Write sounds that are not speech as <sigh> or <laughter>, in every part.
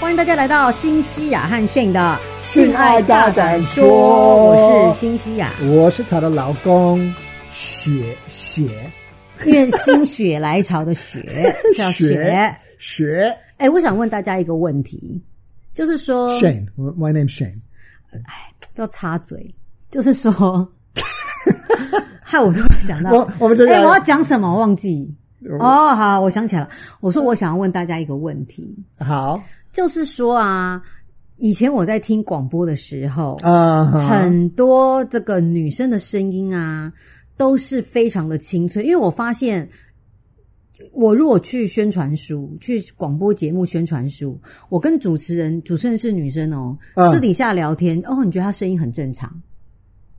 欢迎大家来到新西亚和炫的性爱大胆说我是新西亚，我是她的老公，雪雪愿心血来潮的 <laughs> 血叫雪。雪哎，我想问大家一个问题，就是说， Shane。My name Shane。要插嘴，就是 <laughs> 说，害我突然想到，我我们这个哎、我要讲什么忘记？哦，好，我想起来了，我说我想要问大家一个问题，好就是说啊，以前我在听广播的时候，啊，很多这个女生的声音啊，都是非常的清脆。因为我发现，我如果去宣传书、去广播节目宣传书，我跟主持人，主持人是女生哦，嗯私底下聊天，哦，你觉得她声音很正常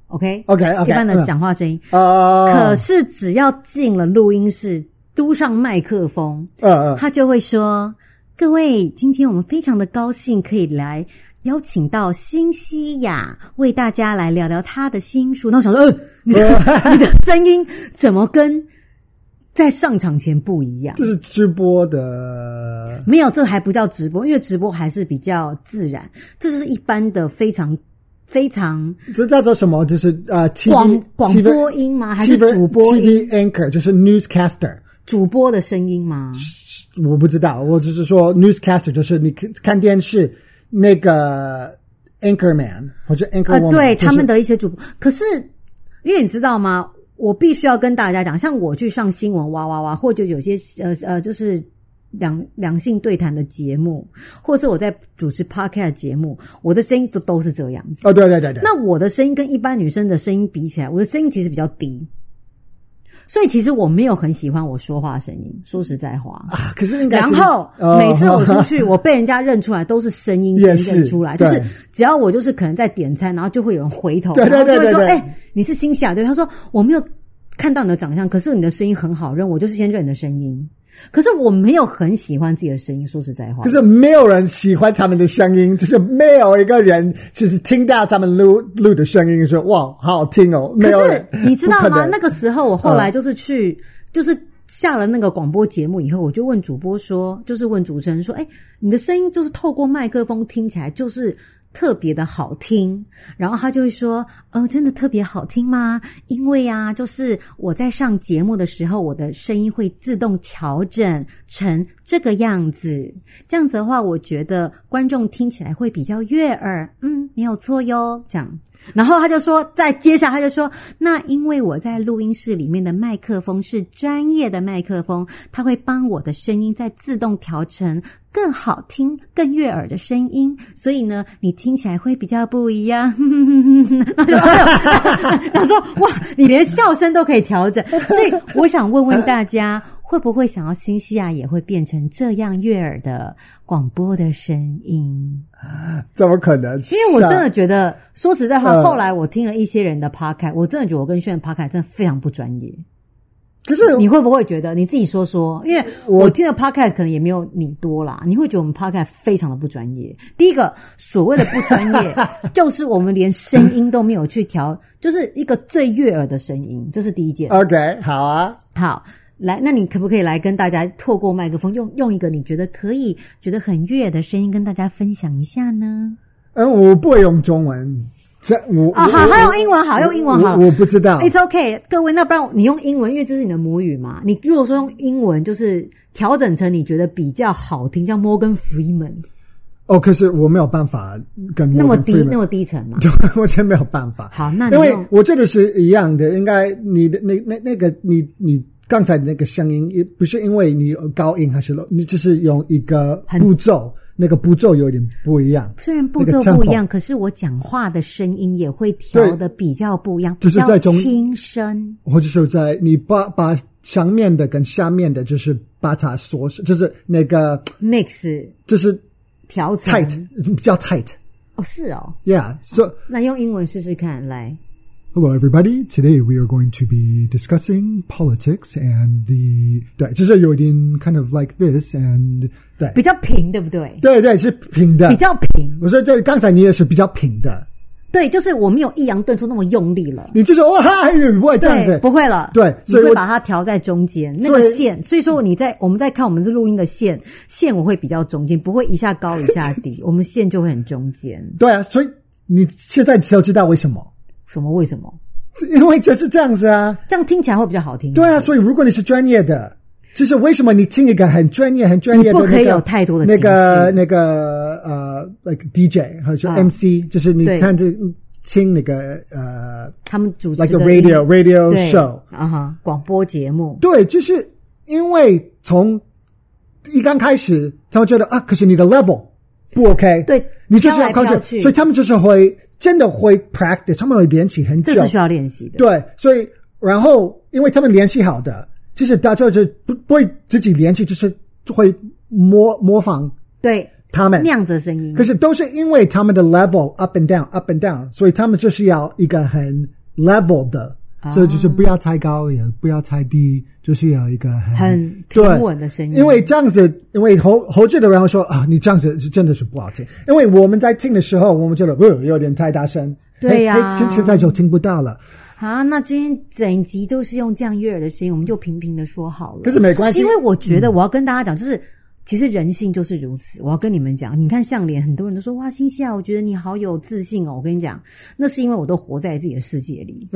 ，OK？ OK OK，嗯一般的讲话声音，可呃是只要进了录音室，嘟上麦克风，呃他就会说：“各位，今天我们非常的高兴可以来邀请到新西亚为大家来聊聊他的新书。”那我想说，呃，你的 <laughs> 你的声音怎么跟在上场前不一样这？是直播的，没有，这还不叫直播，因为直播还是比较自然，这就是一般的非常非常这叫做什么？就是呃，TV 广广 TV 播音吗？还是主播音 TV anchor 就是 newscaster。主播的声音吗？我不知道，我只是说 newscaster 就是你看看电视那个 anchor man 或者 anchor 啊， woman，、对就是他们的一些主播。可是因为你知道吗？我必须要跟大家讲，像我去上新闻哇哇哇，或者有些呃呃，就是两两性对谈的节目，或是我在主持 podcast 的节目，我的声音都都是这样子。哦，对对对对，那我的声音跟一般女生的声音比起来，我的声音其实比较低，所以其实我没有很喜欢我说话的声音。说实在话，啊可是应该然是后哦每次我出去，我被人家认出来都是声音先 <laughs> 也是认出来，就是对只要我就是可能在点餐，然后就会有人回头，对对然后就会对对说：“对哎，你是新霞对？”他说：“我没有看到你的长相，可是你的声音很好认，我就是先认你的声音。可是我没有很喜欢自己的声音，说实在话可，是没有人喜欢他们的声音，就是没有一个人就是听到他们录录的声音说哇好好听哦，没有可人是你知道不可吗？能嗯那个时候我后来就是去，就是下了那个广播节目以后，我就问主播说，就是问主持人说，哎，你的声音就是透过麦克风听起来就是。特别的好听，然后他就会说：“呃，真的特别好听吗？因为啊，就是我在上节目的时候，我的声音会自动调整成这个样子。这样子的话，我觉得观众听起来会比较悦耳。嗯，没有错哟。这样，然后他就说，再接下来他就说，那因为我在录音室里面的麦克风是专业的麦克风，它会帮我的声音再自动调成更好听、更悦耳的声音，所以呢，你听起来会比较不一样。他说：“哇，你连笑声都可以调整。”所以我想问问大家，会不会想要新西亚也会变成这样悦耳的广播的声音？怎么可能？啊因因为我真的觉得，说实在话，嗯后来我听了一些人的 podcast，我真的觉得我跟炫 podcast 真的非常不专业。可是你会不会觉得你自己说说？因为我听的 podcast 可能也没有你多啦，你会觉得我们 podcast 非常的不专业。第一个，所谓的不专 <laughs> 业，就是我们连声音都没有去调，就是一个最悦耳的声音，这是第一件。 OK 好啊，好，来，那你可不可以来跟大家透过麦克风，用用一个你觉得可以、觉得很悦耳的声音跟大家分享一下呢？嗯，我不会用中文，这我啊、我好，还我用英文好，用英文好了哎我。我不知道 It's okay，各位，那不然你用英文，因为这是你的母语嘛。你如果说用英文，就是调整成你觉得比较好听，像 Morgan Freeman 哦，可是我没有办法跟那么 Morgan 低 Freeman 那么低 <laughs> 沉嘛。对，我真没有办法。好那你因为用我这个是一样的，应该你的那那那个你你刚才那个声音，也不是因为你有高音还是 low，你只是用一个步骤，那个步骤有点不一样。虽然步骤不一样，可是我讲话的声音也会调的比较不一样，就是比较在中轻声。或者是在你把把上面的跟下面的，就是把它缩，就是那个 mix 就是调成 tight，比嗯较 tight，yeah。哦，是哦。 So 那用英文试试看，来。 Hello, everybody. Today we are going to be discussing politics and the 对，就是有点 kind of like this and 对，比较平，对不对？对对是平的比。较平，我说这刚才你也是比较平的，对，就是我没有抑扬顿挫那么用力了。你就是哇，不会这样对，子，不会了。对你所以会我把它调在中间那所个以线。所以说你在我们在看我们这录音的线线，我会比较中间，不会一下高一下 <laughs> 低，我们线就会很中间。对啊，所以你现在就知道为什么，什么？为什么？因为就是这样子啊，这样听起来会比较好听。对啊，所以如果你是专业的，就是为什么你听一个很专业、很专业的、那你个、不可以有太多的那情个绪那个呃，like DJ 或者啊 MC，、就是你对看这嗯听那个呃他们主持，like 的 a radio 那 radio 对 show，啊哈，广播节目。对，就是因为从一刚开始，他们觉得啊，可是你的 level 不 OK，对你就是要飘靠来飘近，去所以他们就是会真的会 practice，他们会练习很久这，是需要练习的。对，所以然后因为他们联系好的，就是大家就不不会自己联系，就是会模模仿对，他们那。样子的声音嗯可。是都是因为他们的 level up and down up and down，所以他们就是要一个很 level 的，啊所以就是不要太高，也不要太低，就是要一个很很对平稳的声音因为这样子，因为侯侯志的人会说啊，你这样子是真的是不好听，因为我们在听的时候，我们觉得呃有点太大声，对呀哎哎现现在就听不到了。啊，那今天整集都是用这样悦耳的声音，我们就平平的说好了。可是没关系因为我觉得我要跟大家讲，就是、其实人性就是如此。我要跟你们讲，你看向脸，很多人都说哇，星夏，我觉得你好有自信哦。我跟你讲，那是因为我都活在自己的世界 <laughs> 里。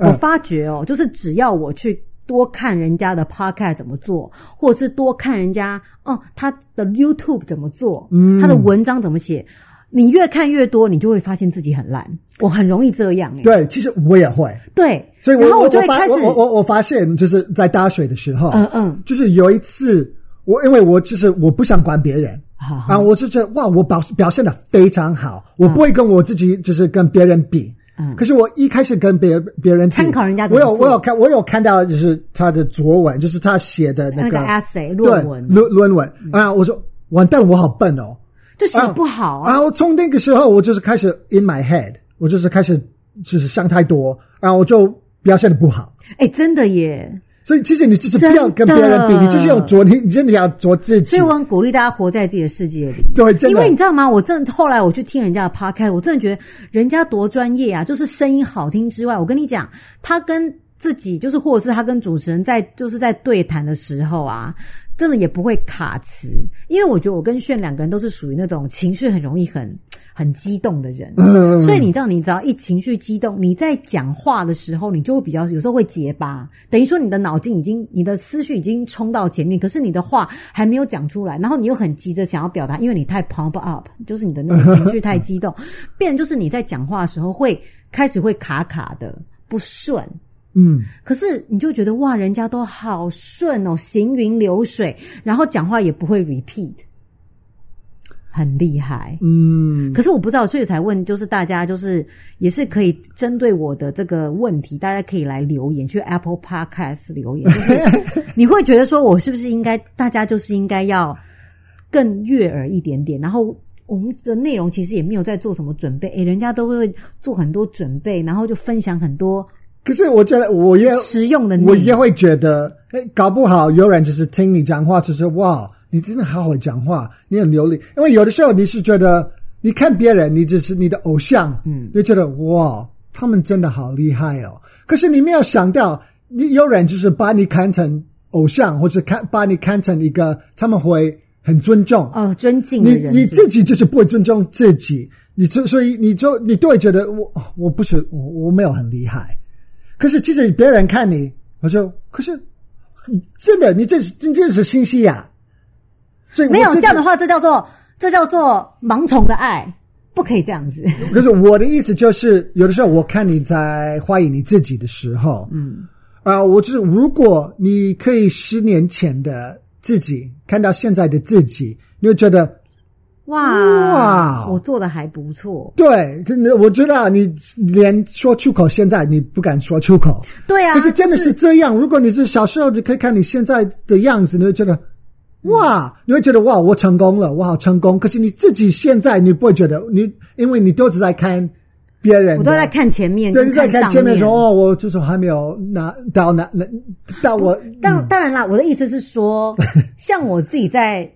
我发觉哦，就是只要我去。多看人家的 podcast 怎么做，或者是多看人家哦、他的 YouTube 怎么做，嗯他的文章怎么写，你越看越多，你就会发现自己很烂。我很容易这样、欸，对，其实我也会。对，所以我然后我就我会发开始，我我我我发现就是在大学的时候，嗯嗯，就是有一次我因为我就是我不想管别人。好好啊，我就觉得哇，我表表现的非常好，我不会跟我自己就是跟别人比。嗯可是我一开始跟别别人比参考人家怎我么有做我有看我有看到就是他的作文，就是他写的那个个 essay 论文嗯对论论文啊，我说完蛋，我好笨哦，就写不好啊，然后从那个时候，我就是开始 in my head，我就是开始就是想太多，然后我就表现的不好。哎、真的耶！所以其实你就是不要跟别人比，真的你就是要做你，你真的要做自己所以。我很鼓励大家活在自己的世界里。对，真因的为你知道吗？我真的后来我去听人家的 podcast，我真的觉得人家多专业啊！就是声音好听之外，我跟你讲，他跟自己就是，或者是他跟主持人在就是在对谈的时候啊，真的也不会卡词。因为我觉得我跟炫两个人都是属于那种情绪很容易很很激动的人，所以你知道，你只要一情绪激动，你在讲话的时候，你就会比较有时候会结巴，等于说你的脑筋已经、你的思绪已经冲到前面，可是你的话还没有讲出来，然后你又很急着想要表达，因为你太 pump up，就是你的那个情绪太激动，变成就是你在讲话的时候会开始会卡卡的不顺。嗯，可是你就觉得哇，人家都好顺哦，行云流水，然后讲话也不会 repeat，很厉害。嗯，可是我不知道，所以才问，就是大家就是也是可以针对我的这个问题，大家可以来留言，去 Apple Podcast 留言。就是 <laughs> 你会觉得说我是不是应该，大家就是应该要更悦耳一点点，然后。我们的内容其实也没有在做什么准备，诶，人家都会做很多准备，然后就分享很多可是我觉得我也实用的内容。呃我也会觉得，哎，搞不好有人就是听你讲话，就是哇，你真的好会讲话，你很流利。因为有的时候你是觉得，你看别人，你只是你的偶像，嗯，你觉得哇，他们真的好厉害哦。可是你没有想到，你有人就是把你看成偶像，或者看把你看成一个他们会很尊重，哦，尊敬你的人你是自己就是不会尊重自己，你就所以你就你都会觉得我哦我不是我我没有很厉害，可是其实别人看你，我就可是真的你这是你这是信息呀、所以我没有自己这样的话，这叫做这叫做盲从的爱，不可以这样子。可是我的意思就是，有的时候我看你在怀疑你自己的时候，嗯，啊、我就是如果你可以十年前的自己看到现在的自己，你会觉得哇哇我做的还不错。对，真的，我知道你连说出口，现在你不敢说出口。对啊，可是真的是这样，如果你是小时候，你可以看你现在的样子，你会觉得。嗯哇，你会觉得哇，我成功了，我好成功。可是你自己现在，你不会觉得你，因为你都是在看别人的，我都在看前面，对，跟你在看上前面说哦，我就是还没有拿到拿拿到我当当然啦，我的意思是 <laughs> 说，像我自己在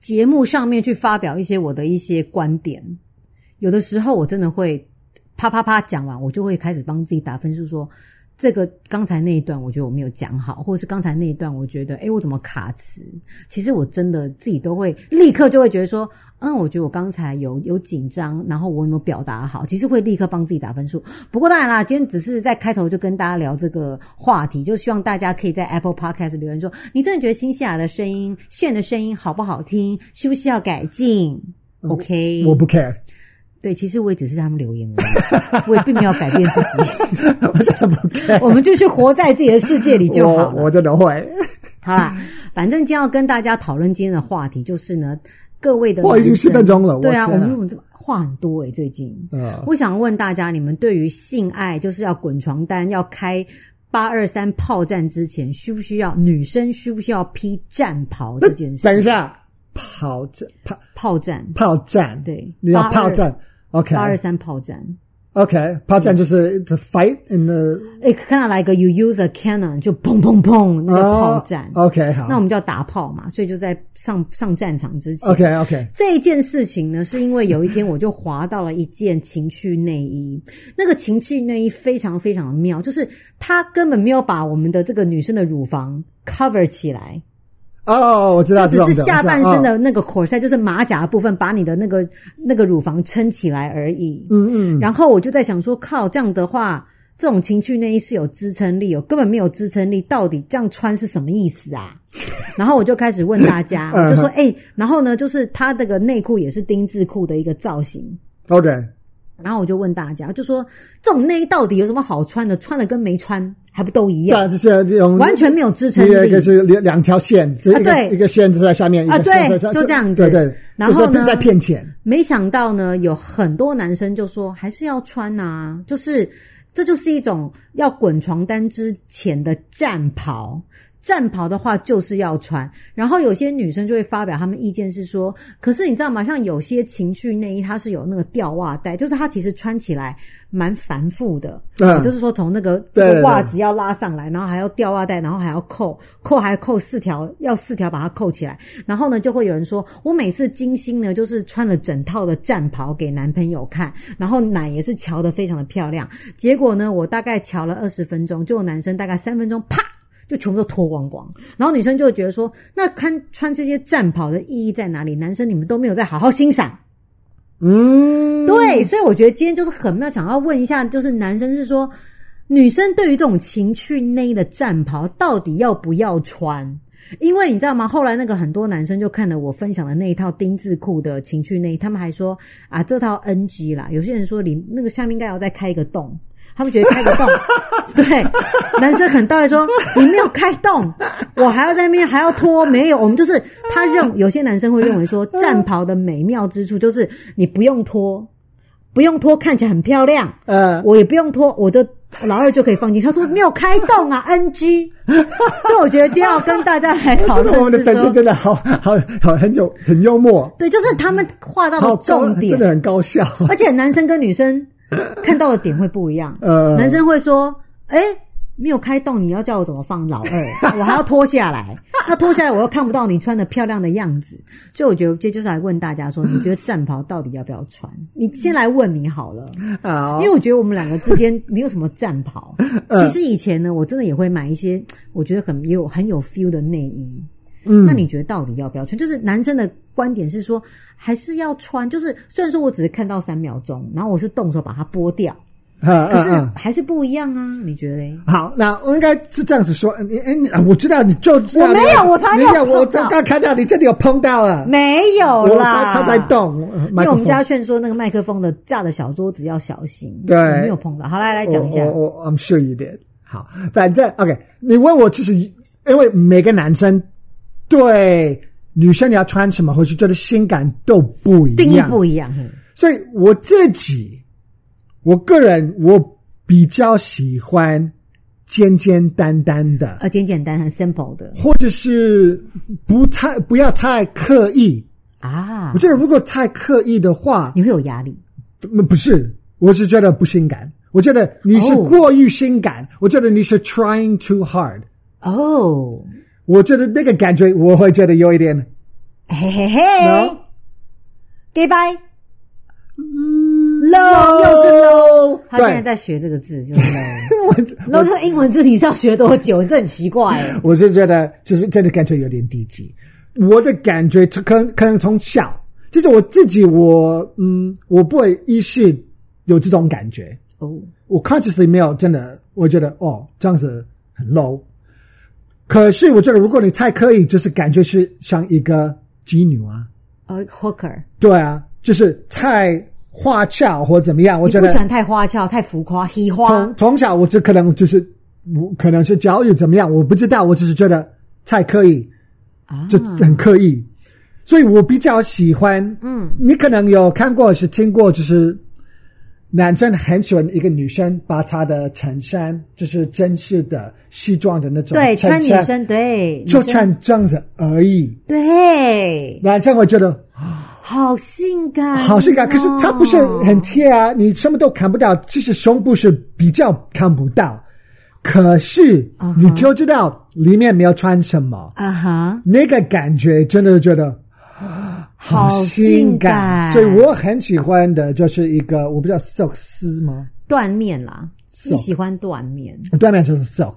节目上面去发表一些我的一些观点，有的时候我真的会啪啪啪讲完，我就会开始帮自己打分数说。这个刚才那一段，我觉得我没有讲好，或者是刚才那一段，我觉得，诶，我怎么卡词？其实我真的自己都会立刻就会觉得说，嗯，我觉得我刚才有有紧张，然后我有没有表达好？其实会立刻帮自己打分数。不过当然啦，今天只是在开头就跟大家聊这个话题，就希望大家可以在 Apple Podcast 留言说，你真的觉得新西亚的声音、炫的声音好不好听？需不需要改进？OK，我不 <laughs> care，对，其实我也只是让他们留言而已，我也并没有改变自己， <laughs> 我真的不 care，我们就是活在自己的世界里就好我了。我真的会，好啦，反正今天要跟大家讨论今天的话题就是呢，各位的哇，已经男十生分钟了，对啊，我我天们哪我们这话很多诶、最近。呃我想问大家，你们对于性爱就是要滚床单、要开八二三炮战之前，需不需要女生需不需要披战袍这件 <laughs> 等一事？下，炮战炮炮战，炮战，对你要八二炮战，OK 八二嗯三炮战。 OK，炮战就是 to fight in the 哎，看到来一个 you use a cannon 就砰砰砰那个炮战，哦 OK 那我好们叫打炮嘛，所以就在上上战场之前。 ，OK OK，这件事情呢，是因为有一天我就滑到了一件情趣内衣，那个情趣内衣非常非常的妙，就是它根本没有把我们的这个女生的乳房 cover 起来，哦，我知道，它只这是种的啊下半身，我知道的那个 corset，就是马甲的部分，把你的那个那个乳房撑起来而已。嗯嗯，然后我就在想说，靠，这样的话，这种情趣内衣是有支撑力，有哦根本没有支撑力，到底这样穿是什么意思啊？ <laughs> 然后我就开始问大家，我就说，嗯哎、然后呢，就是它这个内裤也是丁字裤的一个造型。 OK，然后我就问大家，就说这种内衣到底有什么好穿的？穿了跟没穿还不都一对样，啊，就是这种完全没有支撑一个一力个。是两两条线，就一个、啊对一个线就在下面，一啊个线对在上就这样子对对，然后呢就是在骗钱，没想到呢，有很多男生就说还是要穿啊，就是这就是一种要滚床单之前的战袍。战袍的话就是要穿，然后有些女生就会发表她们意见是说，可是你知道吗？像有些情趣内衣它是有那个吊袜带，就是它其实穿起来蛮繁复的，嗯就是说从那个这对对个对袜子要拉上来，然后还要吊袜带，然后还要扣，扣还扣四条，要四条把它扣起来。然后呢，就会有人说，我每次金星呢，就是穿了整套的战袍给男朋友看，然后奶也是瞧得非常的漂亮。结果呢，我大概瞧了二十分钟，就有男生大概三分钟，啪。就全部都脱光光，然后女生就会觉得说，那看穿这些战袍的意义在哪里？男生你们都没有在好好欣赏，嗯，对，所以我觉得今天就是很妙，想要问一下，就是男生是说，女生对于这种情趣内衣的战袍到底要不要穿？因为你知道吗？后来那个很多男生就看了我分享的那一套丁字裤的情趣内衣，他们还说啊，这套 NG 啦。有些人说里那个下面应该要再开一个洞，他们觉得开个洞，对，男生很到位说你没有开洞，我还要在那边还要脱，没有，我们就是他认有些男生会认为说战袍的美妙之处就是你不用脱，不用脱看起来很漂亮，呃，我也不用脱，我的老二就可以放进去。他说没有开洞啊，NG。所以我觉得今天要跟大家来讨我们论的是粉丝说，哦真的好好好很有很幽默，对，就是他们画到好的重高点哦真的，很高效，而且男生跟女生看到的点会不一样。呃男生会说：“哎、没有开洞，你要叫我怎么放老二？我还要脱下来。 <laughs> 那脱下来我又看不到你穿的漂亮的样子，所以我觉得这就是来问大家说，你觉得战袍到底要不要穿？你先来问你好了。”好因为我觉得我们两个之间没有什么战袍。 <laughs> 嗯其实以前呢，我真的也会买一些我觉得很也有很有 feel 的内衣。嗯，那你觉得到底要不要穿？就是男生的观点是说，还是要穿。就是虽然说我只是看到三秒钟，然后我是动手把它剥掉，嗯可是嗯。呃还是不一样啊。你觉得嘞？好，那我应该是这样子说，你哎，你我知道你就知道我没有我才没有你我碰到刚刚看到你这里有碰到了，没有我啦，才他才动，呃因麦为克我风们家炫说那个麦克风的架的小桌子要小心，对我没有碰到。好，来来讲一下我，我我 I'm sure you did。好，反正 OK，你问我其实因为每个男生对女生你要穿什么，或是觉得性感都不一定义样，不一样。嘿所以我自己，我个人我比较喜欢简简单单的，呃，简简单很 simple 的或者是不太不要太刻意。啊我，觉得如果太刻意的话，你会有压力。嗯不是，我是觉得不性感。我觉得你是哦过于性感我觉得你是 trying too hard。哦，我觉得那个感觉，我会觉得有一点嘿嘿哎 no，嘿，goodbye， low 又是 low，他现在对，在学这个字就是 <laughs> low，low 这个英文字你是要学多久？这很奇 <laughs> 怪耶。我是觉得就是真的感觉有点低级。我的感觉可能可能从小，就是我自己我，嗯，我不会意识有这种感觉，哦，我 consciously 没有真的，我觉得哦这样子很 low。可是我觉得如果你太刻意，就是感觉是像一个妓女啊，呃，hooker，对啊，就是太花俏或怎么样，我你觉不得喜欢太花俏、太浮夸、嘻花从。从小我就可能就是我可能是教育怎么样，我不知道，我只是觉得太刻意，啊就很刻意，所以我比较喜欢。嗯，你可能有看过，是听过，就是男生很喜欢一个女生把她的衬衫，就是正式的西装的那种对，衬穿女衫，生对，就女生穿这样子而已。对，男生会觉得好性感哦，好性感，可是它不是很贴啊，你什么都看不到。其实胸部是比较看不到，可是你就知道里面没有穿什么，啊哈，那个感觉真的觉得好性感，所以我很喜欢的就是一个，我不知道 silk 丝吗？缎面啦， Silk 你喜欢缎面对面就是 silk，silk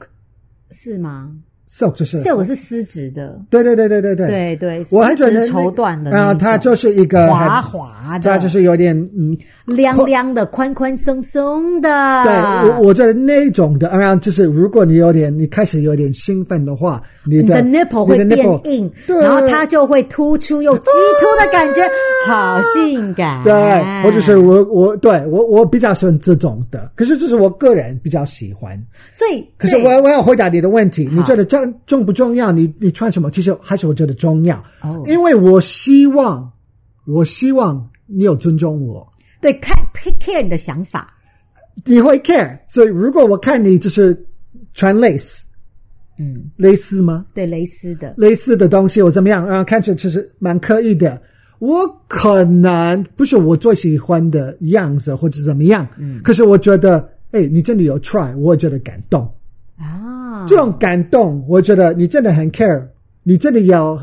是吗就是？silk 是丝质的，对对对对对对对对，我很喜觉欢那得绸缎的那一种，然后它就是一个滑很滑的，它啊就是有点嗯，凉凉的、宽宽松松的。对我我觉得那种的，然后就是如果你有点你开始有点兴奋的话，你你的的 nipple 会你的变 nipple- 硬，对然后它就会突出又激突的感觉，好性感。哎对，或者是我我对我我比较喜欢这种的，可是这是我个人比较喜欢。所以，可是对我我要回答你的问题，你觉得重重不重要？你你穿什么？其实还是我觉得重要，哦因为我希望我希望你有尊重我，对看 take care 你的想法，你会 care。所以如果我看你就是穿 lace 嗯，蕾丝吗？对蕾丝的，类似的东西，我怎么样？然后看着其实蛮刻意的。我可能不是我最喜欢的样子，或者怎么样。嗯，可是我觉得，哎、你真的有 try，我觉得感动。啊，这种感动，我觉得你真的很 care，你真的有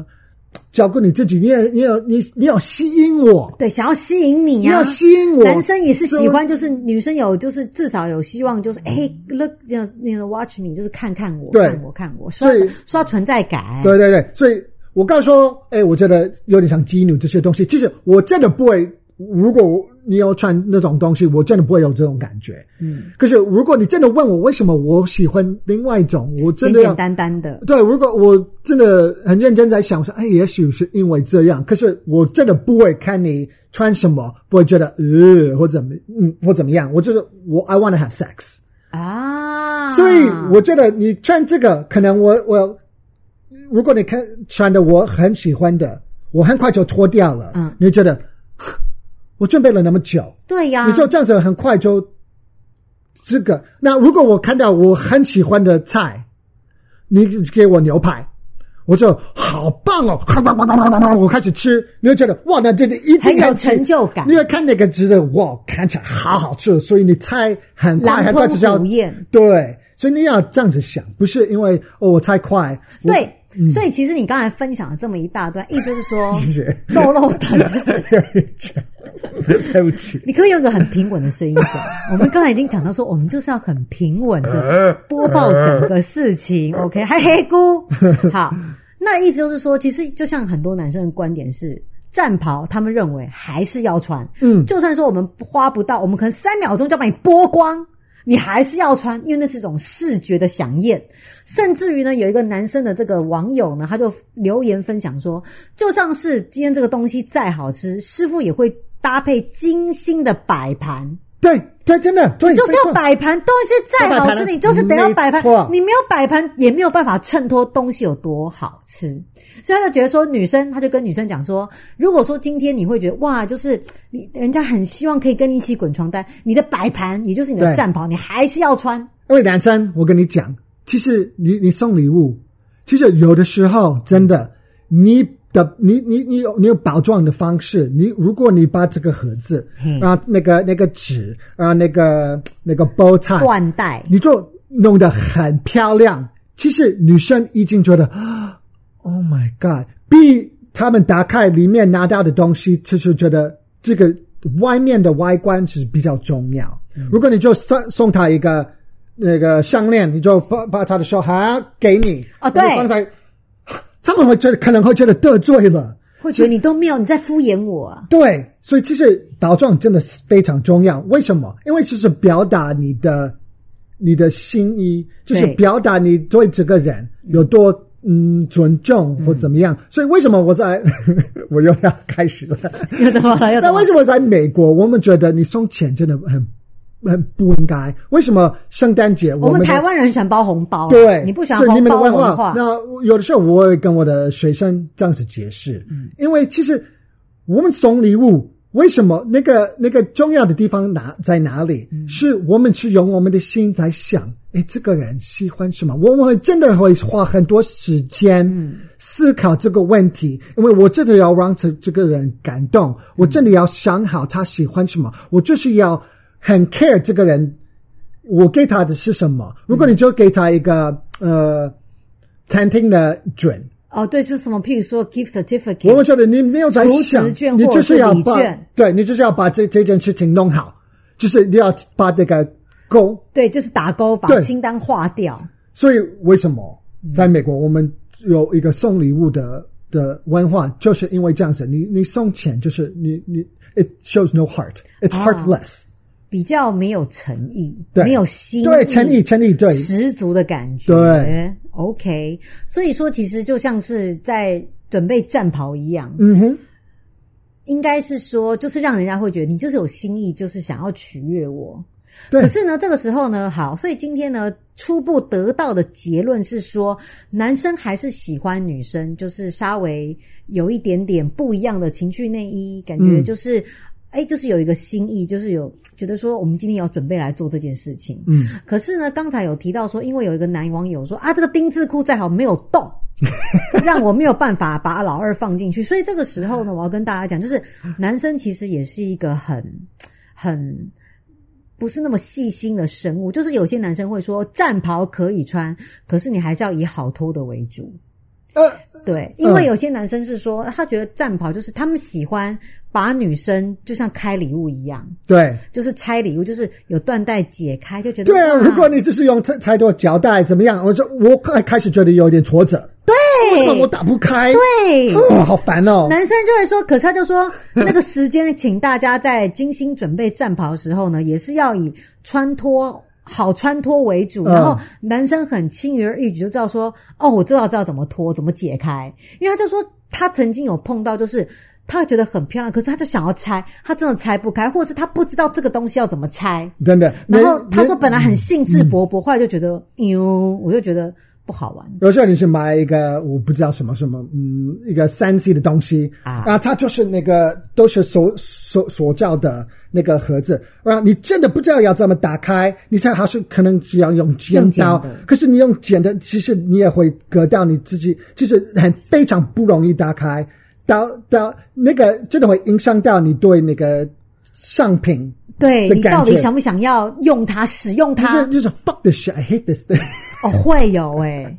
照顾你自己，你也你有你你有吸引我，对，想要吸引你你啊，要吸引我。男生也是喜欢，就是女生有，就是至少有希望，就是哎、l o o k 那那个 watch me，就是看看我，嗯对看我，看我，刷所以刷存在感。对对对，所以我刚说，哎、我觉得有点像激怒这些东西。其实我真的不会，如果我你要穿那种东西，我真的不会有这种感觉。嗯，可是如果你真的问我为什么我喜欢另外一种，我真简的要简单单的，对，如果我真的很认真在想，我说，哎，也许是因为这样，可是我真的不会看你穿什么，不会觉得呃或怎么嗯或怎么样，我就是我 I want to have sex。啊，所以我觉得你穿这个，可能我我，如果你看穿的我很喜欢的，我很快就脱掉了。嗯你就觉得 <sighs> 我准备了那么久，对呀、你就这样子很快就这个。那如果我看到我很喜欢的菜，你给我牛排。我就好棒哦！ <laughs> 我开始吃，你会觉得哇，那这个一定很有吃成就感你会看那个值得哇，看起来好好吃，所以你菜很快狼很快吞就是要虎咽，对，所以你要这样子想，不是因为哦我太快，我，嗯对。所以其实你刚才分享了这么一大段，意思就是说谢谢，肉肉等 <laughs> 就是对不起，你可不可以用一个很平稳的声音 <laughs> 讲。我们刚才已经讲到说，我们就是要很平稳呃的播报整个事情。OK，还黑 <laughs> 姑，好，那意思就是说，其实就像很多男生的观点是。战袍，他们认为还是要穿，嗯，就算说我们花不到，我们可能三秒钟就要把你剥光，你还是要穿，因为那是一种视觉的响艳。甚至于呢，有一个男生的这个网友呢，他就留言分享说，就像是今天这个东西再好吃，师傅也会搭配精心的摆盘。对对，真的对，就是嗯没要错摆盘，东西再好要摆吃，盘你就是得要摆盘没错，你没有摆盘也没有办法衬托东西有多好吃。所以他就觉得说，女生他就跟女生讲说，如果说今天你会觉得哇，就是你人家很希望可以跟你一起滚床单，你的摆盘也就是你的对战袍，你还是要穿。因为男生，我跟你讲，其实你你送礼物，其实有的时候真的，你的你你你有你有包装的方式，你如果你把这个盒子嘿，然后那个那个纸，然后那个那个包菜，缎带，你就弄得很漂亮。其实女生已经觉得啊，Oh my God，比他们打开里面拿到的东西，其实觉得这个外面的外观其实比较重要。嗯如果你就送送他一个那个项链，你就把把他的手还给你，哦对然后放在，他们会觉得可能会觉得得罪了。会觉得你都没有，你在敷衍我啊。对，所以其实包装真的是非常重要。为什么？因为其实表达你的你的心意，就是对表达你对这个人有多嗯尊重或怎么样。所以为什么我在 <laughs> 我又要开始了？又怎么了？又怎那么为了？什么在美国我们觉得你送钱真的很很不应该？为什么圣诞节我我们们台的湾人喜欢包红包啊，对，你不喜欢所以你红们的包文文化，那有的时候我会跟我的学生这样子解释，嗯因为其实我们送礼物，为什么那个那个重要的地方哪在哪里？嗯是我们是用我们的心在想，诶，这个人喜欢什么？我们会真的会花很多时间嗯思考这个问题，因为我真的要让这这个人感动，我真的要想好他喜欢什么，我就是要很 care 这个人。我给他的是什么？如果你就给他一个呃餐厅的准，哦，对，是什么？譬如说 gift 我 certificate，们觉得你没有在想储值，券你或者就是是要礼把券对你就是要把这这件事情弄好，就是你要把这个勾。对，就是打勾，把对清单划掉。所以为什么在美国我们有一个送礼物的的文化，就是因为这样子，你你送钱就是你你 it shows no heart, it's 啊 heartless，、比较没有诚意，对，没有心意，对诚意诚意对十足的感觉。对，OK，所以说其实就像是在准备战袍一样，嗯哼。应该是说就是让人家会觉得你就是有心意，就是想要取悦我。对可是呢，这个时候呢，好，所以今天呢，初步得到的结论是说，男生还是喜欢女生，就是稍微有一点点不一样的情趣内衣，感觉就是，哎、就是有一个心意，就是有觉得说，我们今天要准备来做这件事情。嗯，可是呢，刚才有提到说，因为有一个男网友说啊，这个丁字裤再好没有洞。让我没有办法把老二放进去，所以这个时候呢，我要跟大家讲，就是男生其实也是一个很很不是那么细心的生物，就是有些男生会说战袍可以穿，可是你还是要以好脱的为主。呃，对，因为有些男生是说，他觉得战袍就是他们喜欢把女生就像开礼物一样，对就是拆礼物，就是有缎带解开就觉得对啊，哇如果你只是用太太多胶带怎么样？我就我开开始觉得有点挫折，为什么我打不开？对哦，好烦哦。男生就会说，可是他就说，那个时间，请大家在精心准备战袍的时候呢，也是要以穿脱。好穿脱为主，嗯然后男生很轻而易举就知道说，哦，我知道知道怎么脱，怎么解开，因为他就说他曾经有碰到，就是他觉得很漂亮，可是他就想要拆，他真的拆不开，或者是他不知道这个东西要怎么拆，真的，然后你他说你本来很兴致勃勃，后来就觉得，哟、我就觉得不好玩，有时候你是买一个我不知道什么什么，嗯，一个三 C 的东西啊然后它就是那个都是塑塑塑胶的那个盒子，然后你真的不知道要怎么打开，你才还是可能只要用剪用剪刀的，可是你用剪的，其实你也会割到你自己，就是很非常不容易打开，到到那个真的会影响到你对那个商品，对的你感到底觉想不想要用它、使用就它是？就是 fuck this shit，I hate this thing， <laughs> 哦，会有哎、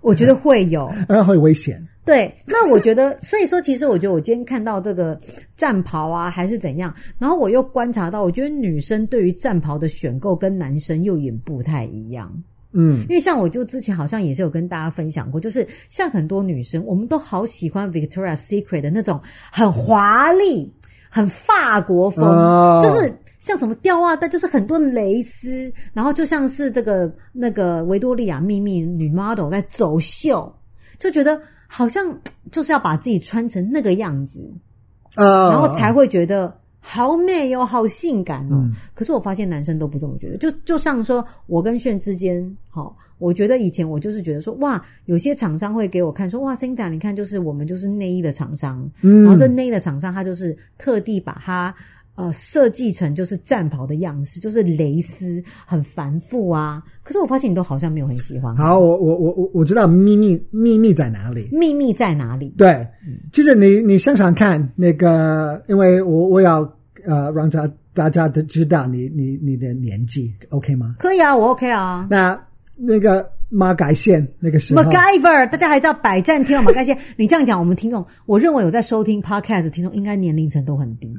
我觉得会有。然后会危险。对，那我觉得，所以说，其实我觉得我今天看到这个战袍啊，还是怎样，然后我又观察到，我觉得女生对于战袍的选购跟男生又有点不太一样。嗯，因为像我就之前好像也是有跟大家分享过，就是像很多女生，我们都好喜欢 Victoria Secret 的那种很华丽、很法国风，哦就是像什么吊袜带，就是很多蕾丝，然后就像是这个那个维多利亚秘密女 model 在走秀，就觉得好像嘖就是要把自己穿成那个样子，啊，然后才会觉得。好美哦，好性感哦！可是我发现男生都不这么觉得，就就像说我跟炫之间，好、我觉得以前我就是觉得说，哇，有些厂商会给我看说，哇，Cinda，你看，就是我们就是内衣的厂商，然后这内衣的厂商他就是特地把它。呃，设计成就是战袍的样式，就是蕾丝很繁复啊。可是我发现你都好像没有很喜欢。好，我我我我我知道秘密秘密在哪里。秘密在哪里？对，就是你你想想看，那个，因为我我要呃让大大家都知道你你你的年纪，OK 吗？可以啊，我 OK 啊。那那个马改线那个时候， MacGyver，大家还知道百战天王马盖先。你这样讲，我们听众，我认为有在收听 podcast 的听众，应该年龄层都很 <laughs> 低，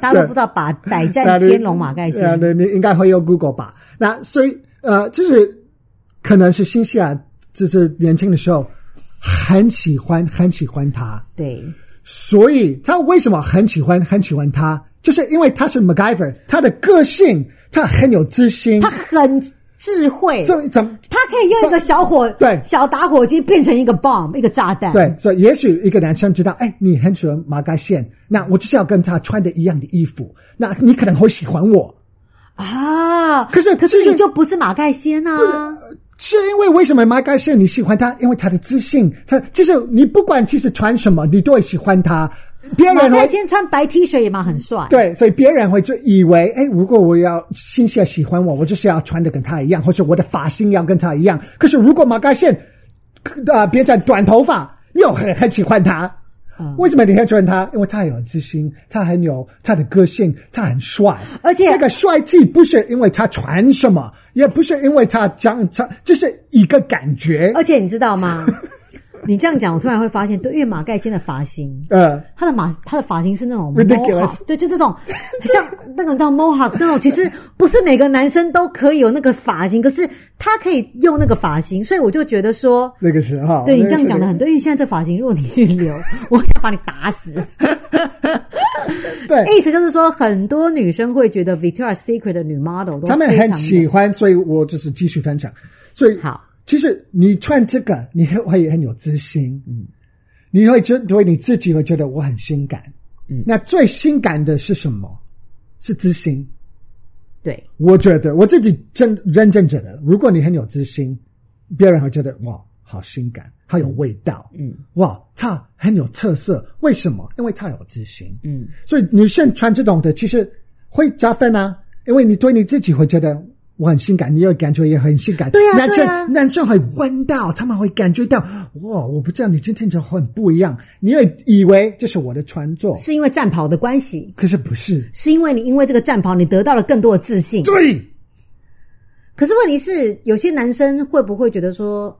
大家都不知道把百战天龙马盖呃先。你你应该会用 Google 吧？那所以呃，就是可能是新西兰，就是年轻的时候很喜欢很喜欢他，对，所以他为什么很喜欢很喜欢他？就是因为他是 MacGyver，他的个性，他很有自信，他很智慧，这怎么？他可以用一个小火对小打火机变成一个 bomb 一个炸弹。对，所以也许一个男生知道，哎，你很喜欢马盖线，那我就是要跟他穿的一样的衣服，那你可能会喜欢我。啊，可是可其是实你就不是马盖先啊。是因为为什么马盖线你喜欢他？因为他的自信，他其实你不管其实穿什么，你都会喜欢他。别马人盖会先穿白 T 恤也蛮很帅。对，所以别人会就以为，哎，如果我要新西兰喜欢我，我就是要穿的跟他一样，或者我的发型要跟他一样。可是如果马盖线，啊、别讲短头发，又很很喜欢他。为什么你很喜欢他？因为他有自信，他很有他的个性，他很帅，而且那个帅气不是因为他穿什么，也不是因为他讲他，就是一个感觉。而且你知道吗？你这样讲，我突然会发现，对，因为马盖先的发型，呃，他的马他的发型是那种 Ridiculous mohawk，对，就那种 <laughs> 像那个叫 mohawk 那种，其实不是每个男生都可以有那个发型，可是他可以用那个发型，所以我就觉得说，那个时候，对你哦那这样个讲时的候很对，因为现在这发型，如果你去留， <laughs> 我想把你打 <laughs> 死。对，意思就是说，很多女生会觉得 Victoria's Secret 的女 model 都他们非常很的喜欢，所以我就是继续分享。所以好，其实你穿这个，你会会很有自信，嗯，你会觉对你自己会觉得我很性感，嗯，那最性感的是什么？是自信。对，我觉得我自己真认真觉得，如果你很有自信，别人会觉得哇，好性感，好有味道，嗯，哇，他很有特色。为什么？因为他有自信，嗯，所以女生穿这种的其实会加分啊，因为你对你自己会觉得。我很性感，你有感觉也很性感。对啊男生、对啊男生会闻到，他们会感觉到，哇，我不知道你今天就很不一样。你会以为这是我的穿着，是因为战袍的关系，可是不是。是因为你因为这个战袍，你得到了更多的自信。对，可是问题是，有些男生会不会觉得说，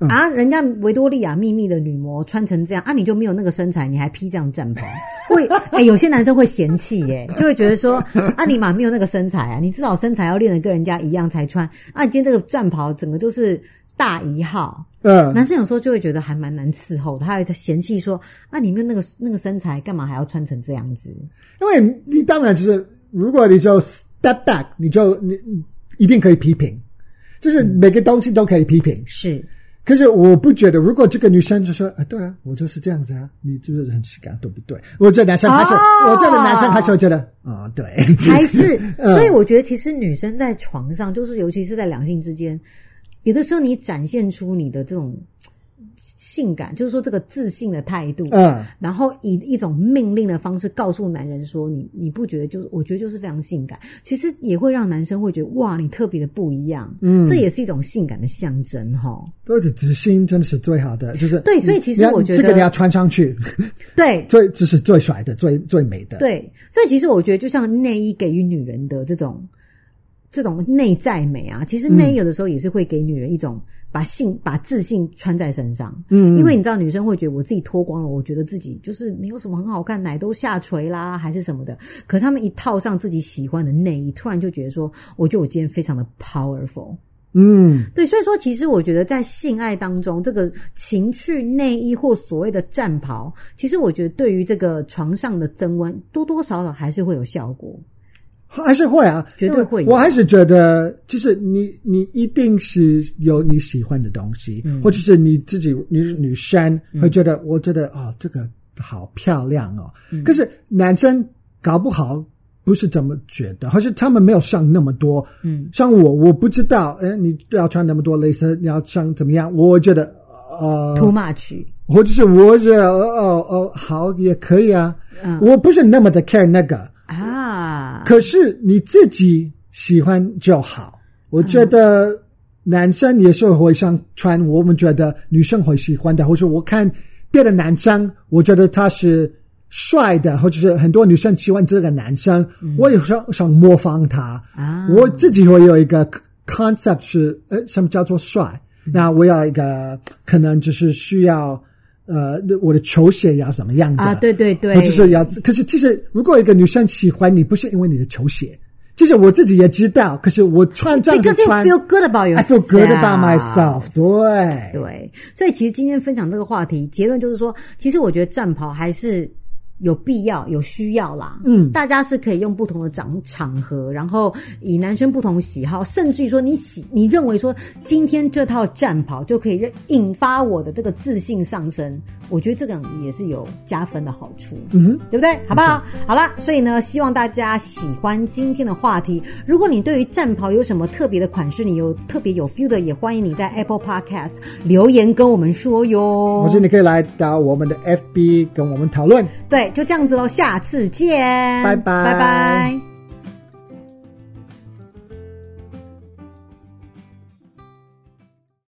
啊，人家维多利亚秘密的女模穿成这样啊，你就没有那个身材，你还披这样战袍？ <laughs> 会，哎、有些男生会嫌弃、耶，就会觉得说， <laughs> 啊，你嘛没有那个身材啊，你至少身材要练得跟人家一样才穿，啊，你今天这个战袍整个就是大一号。嗯、男生有时候就会觉得还蛮难伺候的，他还嫌弃说，啊，你没有那个那个身材，干嘛还要穿成这样子？因为你当然就是，如果你就 step back，你就你你一定可以批评，就是嗯每个东西都可以批评。是，可是我不觉得，如果这个女生就说啊，对啊，我就是这样子啊，你就是很性感，对不对？我这男生还是，哦我这样的男生还是会觉得，啊，对，还是，所以我觉得其实女生在床上，就是尤其是在两性之间，有的时候你展现出你的这种性感，就是说这个自信的态度， <laughs> 嗯，然后以一种命令的方式告诉男人说你你不觉得就是我觉得就是非常性感，其实也会让男生会觉得哇你特别的不一样，嗯，这也是一种性感的象征哈。对，自信真的是最好的，就是对所以其实你要我觉得这个你要穿上去， <laughs> 对，最这是最帅的，最最美的，对，所以其实我觉得，就像内衣给予女人的这种这种内在美啊，其实内衣有的时候也是会给女人一种把性、把自信穿在身上。嗯，因为你知道，女生会觉得我自己脱光了，我觉得自己就是没有什么很好看，奶都下垂啦，还是什么的。可是她们一套上自己喜欢的内衣，突然就觉得说，我觉得我今天非常的 powerful。嗯，对，所以说，其实我觉得在性爱当中，这个情趣内衣或所谓的战袍，其实我觉得对于这个床上的增温，多多少少还是会有效果。还是会啊，绝对会有因为我还是觉得，就是你你一定是有你喜欢的东西，嗯或者是你自己你是女生会觉得，我觉得哦，这个好漂亮哦。嗯可是男生搞不好不是这么觉得，或是他们没有上那么多。嗯，像我，我不知道，哎，你要穿那么多蕾丝，你要上怎么样？我觉得。呃， Too much，或者是我觉得哦哦好也可以啊，嗯我不是那么的 care 那个，啊，可是你自己喜欢就好。我觉得男生也是会想穿我们觉得女生会喜欢的，或者我看别的男生，我觉得他是帅的，或者是很多女生喜欢这个男生，我也想想模仿他。啊我自己会有一个 concept 是呃，什么叫做帅？那我要一个可能就是需要呃，我的球鞋要什么样的啊，对对对，我就是要。可是其实，如果一个女生喜欢你，不是因为你的球鞋，其实我自己也知道。可是我穿这样子 Because you 穿 feel good about yourself. I feel good about myself。对，对，所以其实今天分享这个话题，结论就是说，其实我觉得战袍还是有必要、有需要啦。嗯，大家是可以用不同的场场合，然后以男生不同喜好，甚至于说你喜你认为说今天这套战袍就可以让引发我的这个自信上升，我觉得这个也是有加分的好处。嗯哼，对不对？好不好？好啦，所以呢，希望大家喜欢今天的话题。如果你对于战袍有什么特别的款式，你有特别有 feel 的，也欢迎你在 Apple Podcast 留言跟我们说哟。我觉得你可以来到我们的 FB 跟我们讨论。对，就这样子喽，下次见，拜拜拜拜。